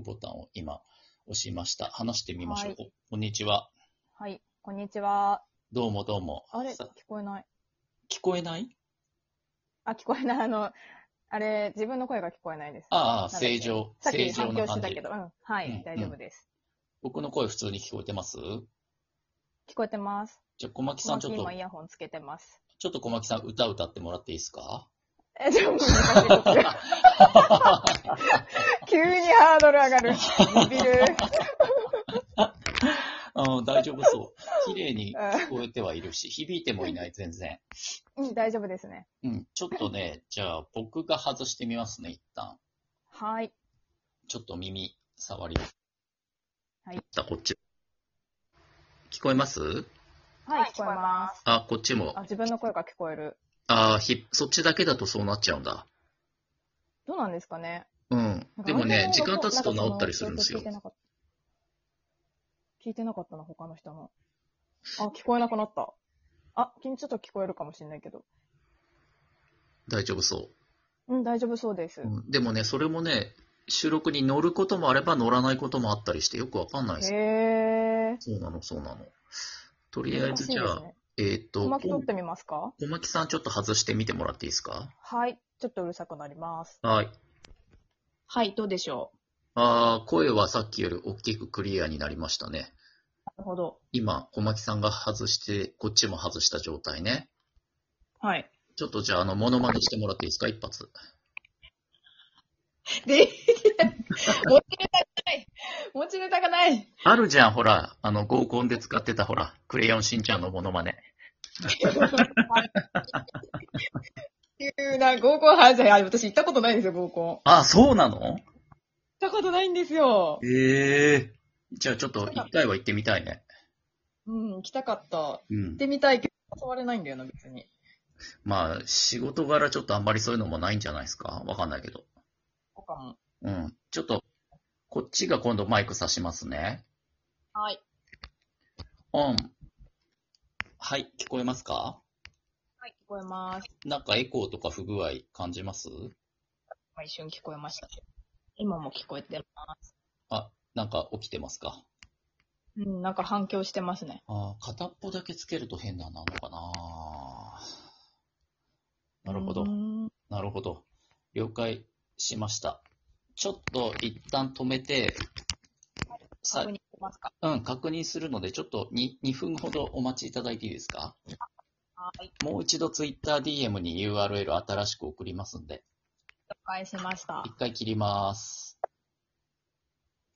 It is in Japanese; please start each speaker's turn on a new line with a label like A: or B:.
A: ボタンを今押しました。話してみましょう。おこんにちは。
B: はい、こんにちは。
A: どうもどうも。
B: あれ聞
A: さ
B: こえない。
A: 聞こえない
B: あ、聞こえない。あ の、あれ、自分の声が聞こえないです。
A: ああ、
B: なんだっけ
A: 正常。
B: さっき
A: 正常
B: 反響
A: な
B: して
A: 感
B: た
A: じ
B: け。ど、うん。はい、
A: うん
B: 大丈夫です。
A: 僕の声普通に聞こえてます
B: 聞こえてます。
A: じゃあ、小牧
B: 小
A: さんち
B: 牧
A: ょっと
B: 今、イヤホンつけてます。
A: ちょっと小牧さん歌歌ってもらっていいですか
B: え、でも難しいこと 言う急にハードル上がる。ビビる。
A: うん、大丈夫 そう。綺麗に聞こえてはいるし、響いてもいない、全然。
B: うん、大丈夫ですね。
A: うん、ちょっとね、じゃあ僕が外してみますね、一旦。
B: はい。
A: ちょっと耳触ります。
B: はい。
A: じゃあこっち。聞こえます
B: はい、聞こえます。
A: あ、こっちも
B: あ、。自分の声が聞こえる。
A: あーひ、そっちだけだとそうなっちゃうんだ。
B: どうなんですかね。
A: うん。でもね、時間経つと治
B: 直
A: ったりするんですよ
B: 聞い。てなかった聞いてなかったな、他の人の。あ、聞こえなくなった。あ、きんちょっと聞こえるかもしれないけど。
A: 大丈夫そ
B: うん、大丈夫そうです。
A: う、うん。でもね、それもね、収録に乗ることもあれば乗らないこともあったりしてよくわかんないです。
B: へえ。
A: そうなの、そうなの。とりあえ
B: 難し
A: ず
B: いで
A: じゃあ、
B: すね。
A: えーっと、
B: 小巻き取っ
A: 小
B: てみますか
A: 牧さんちょっと外してみてもらっていいですか
B: はい。ちょっとうるさくなります。
A: はい。
B: はい、どうでしょ
A: ああ、声はさっきより大きくクリアになりましたね。
B: うなるほど。
A: 今、小牧さんが外して、こっちも外した状態ね。
B: はい。
A: ちょっとじゃあ、あの、モノマネしてもらっていいですか一発。
B: で、持ちネタがない持ちネタがない
A: あるじゃん、ほら。あの、合コンで使ってた、ほら。クレヨンしんちゃんのモノマネ。
B: 急な合コンはじゃあ、私行ったことないんですよ、合コン。
A: あ、そうなの
B: 行ったことないんですよ。
A: ええじゃあ、ちょっと、一回は行ってみたいね。
B: うん、行きたかった。行
A: う
B: っ
A: ん。
B: てみたいけど、誘われないんだよな、別に。
A: まあ、仕事柄ちょっとあんまりそういうのもないんじゃないですかわかんないけど。
B: とかも。
A: うん。ちょっと、こっちが今度マイクさしますね。
B: はい。
A: オン。はい、聞こえますか
B: はい、聞こえます。
A: なんかエコーとか不具合感じます
B: まあ、一瞬聞こえましたけど。今も聞こえてます。
A: あ、なんか起きてますか
B: うん、なんか反響してますね。
A: あー片っぽだけつけると変なのあんのかななるほど
B: うー。ん
A: なるほど。了解しました。ちょっと一旦止めて、さ
B: 確認してますか
A: うん、確認するので、ちょっと 2, 2分ほどお待ちいただいていいですか
B: はい。
A: もう一度 TwitterDM に URL 新しく送りますんで、
B: 了解しました。
A: 一回切ります。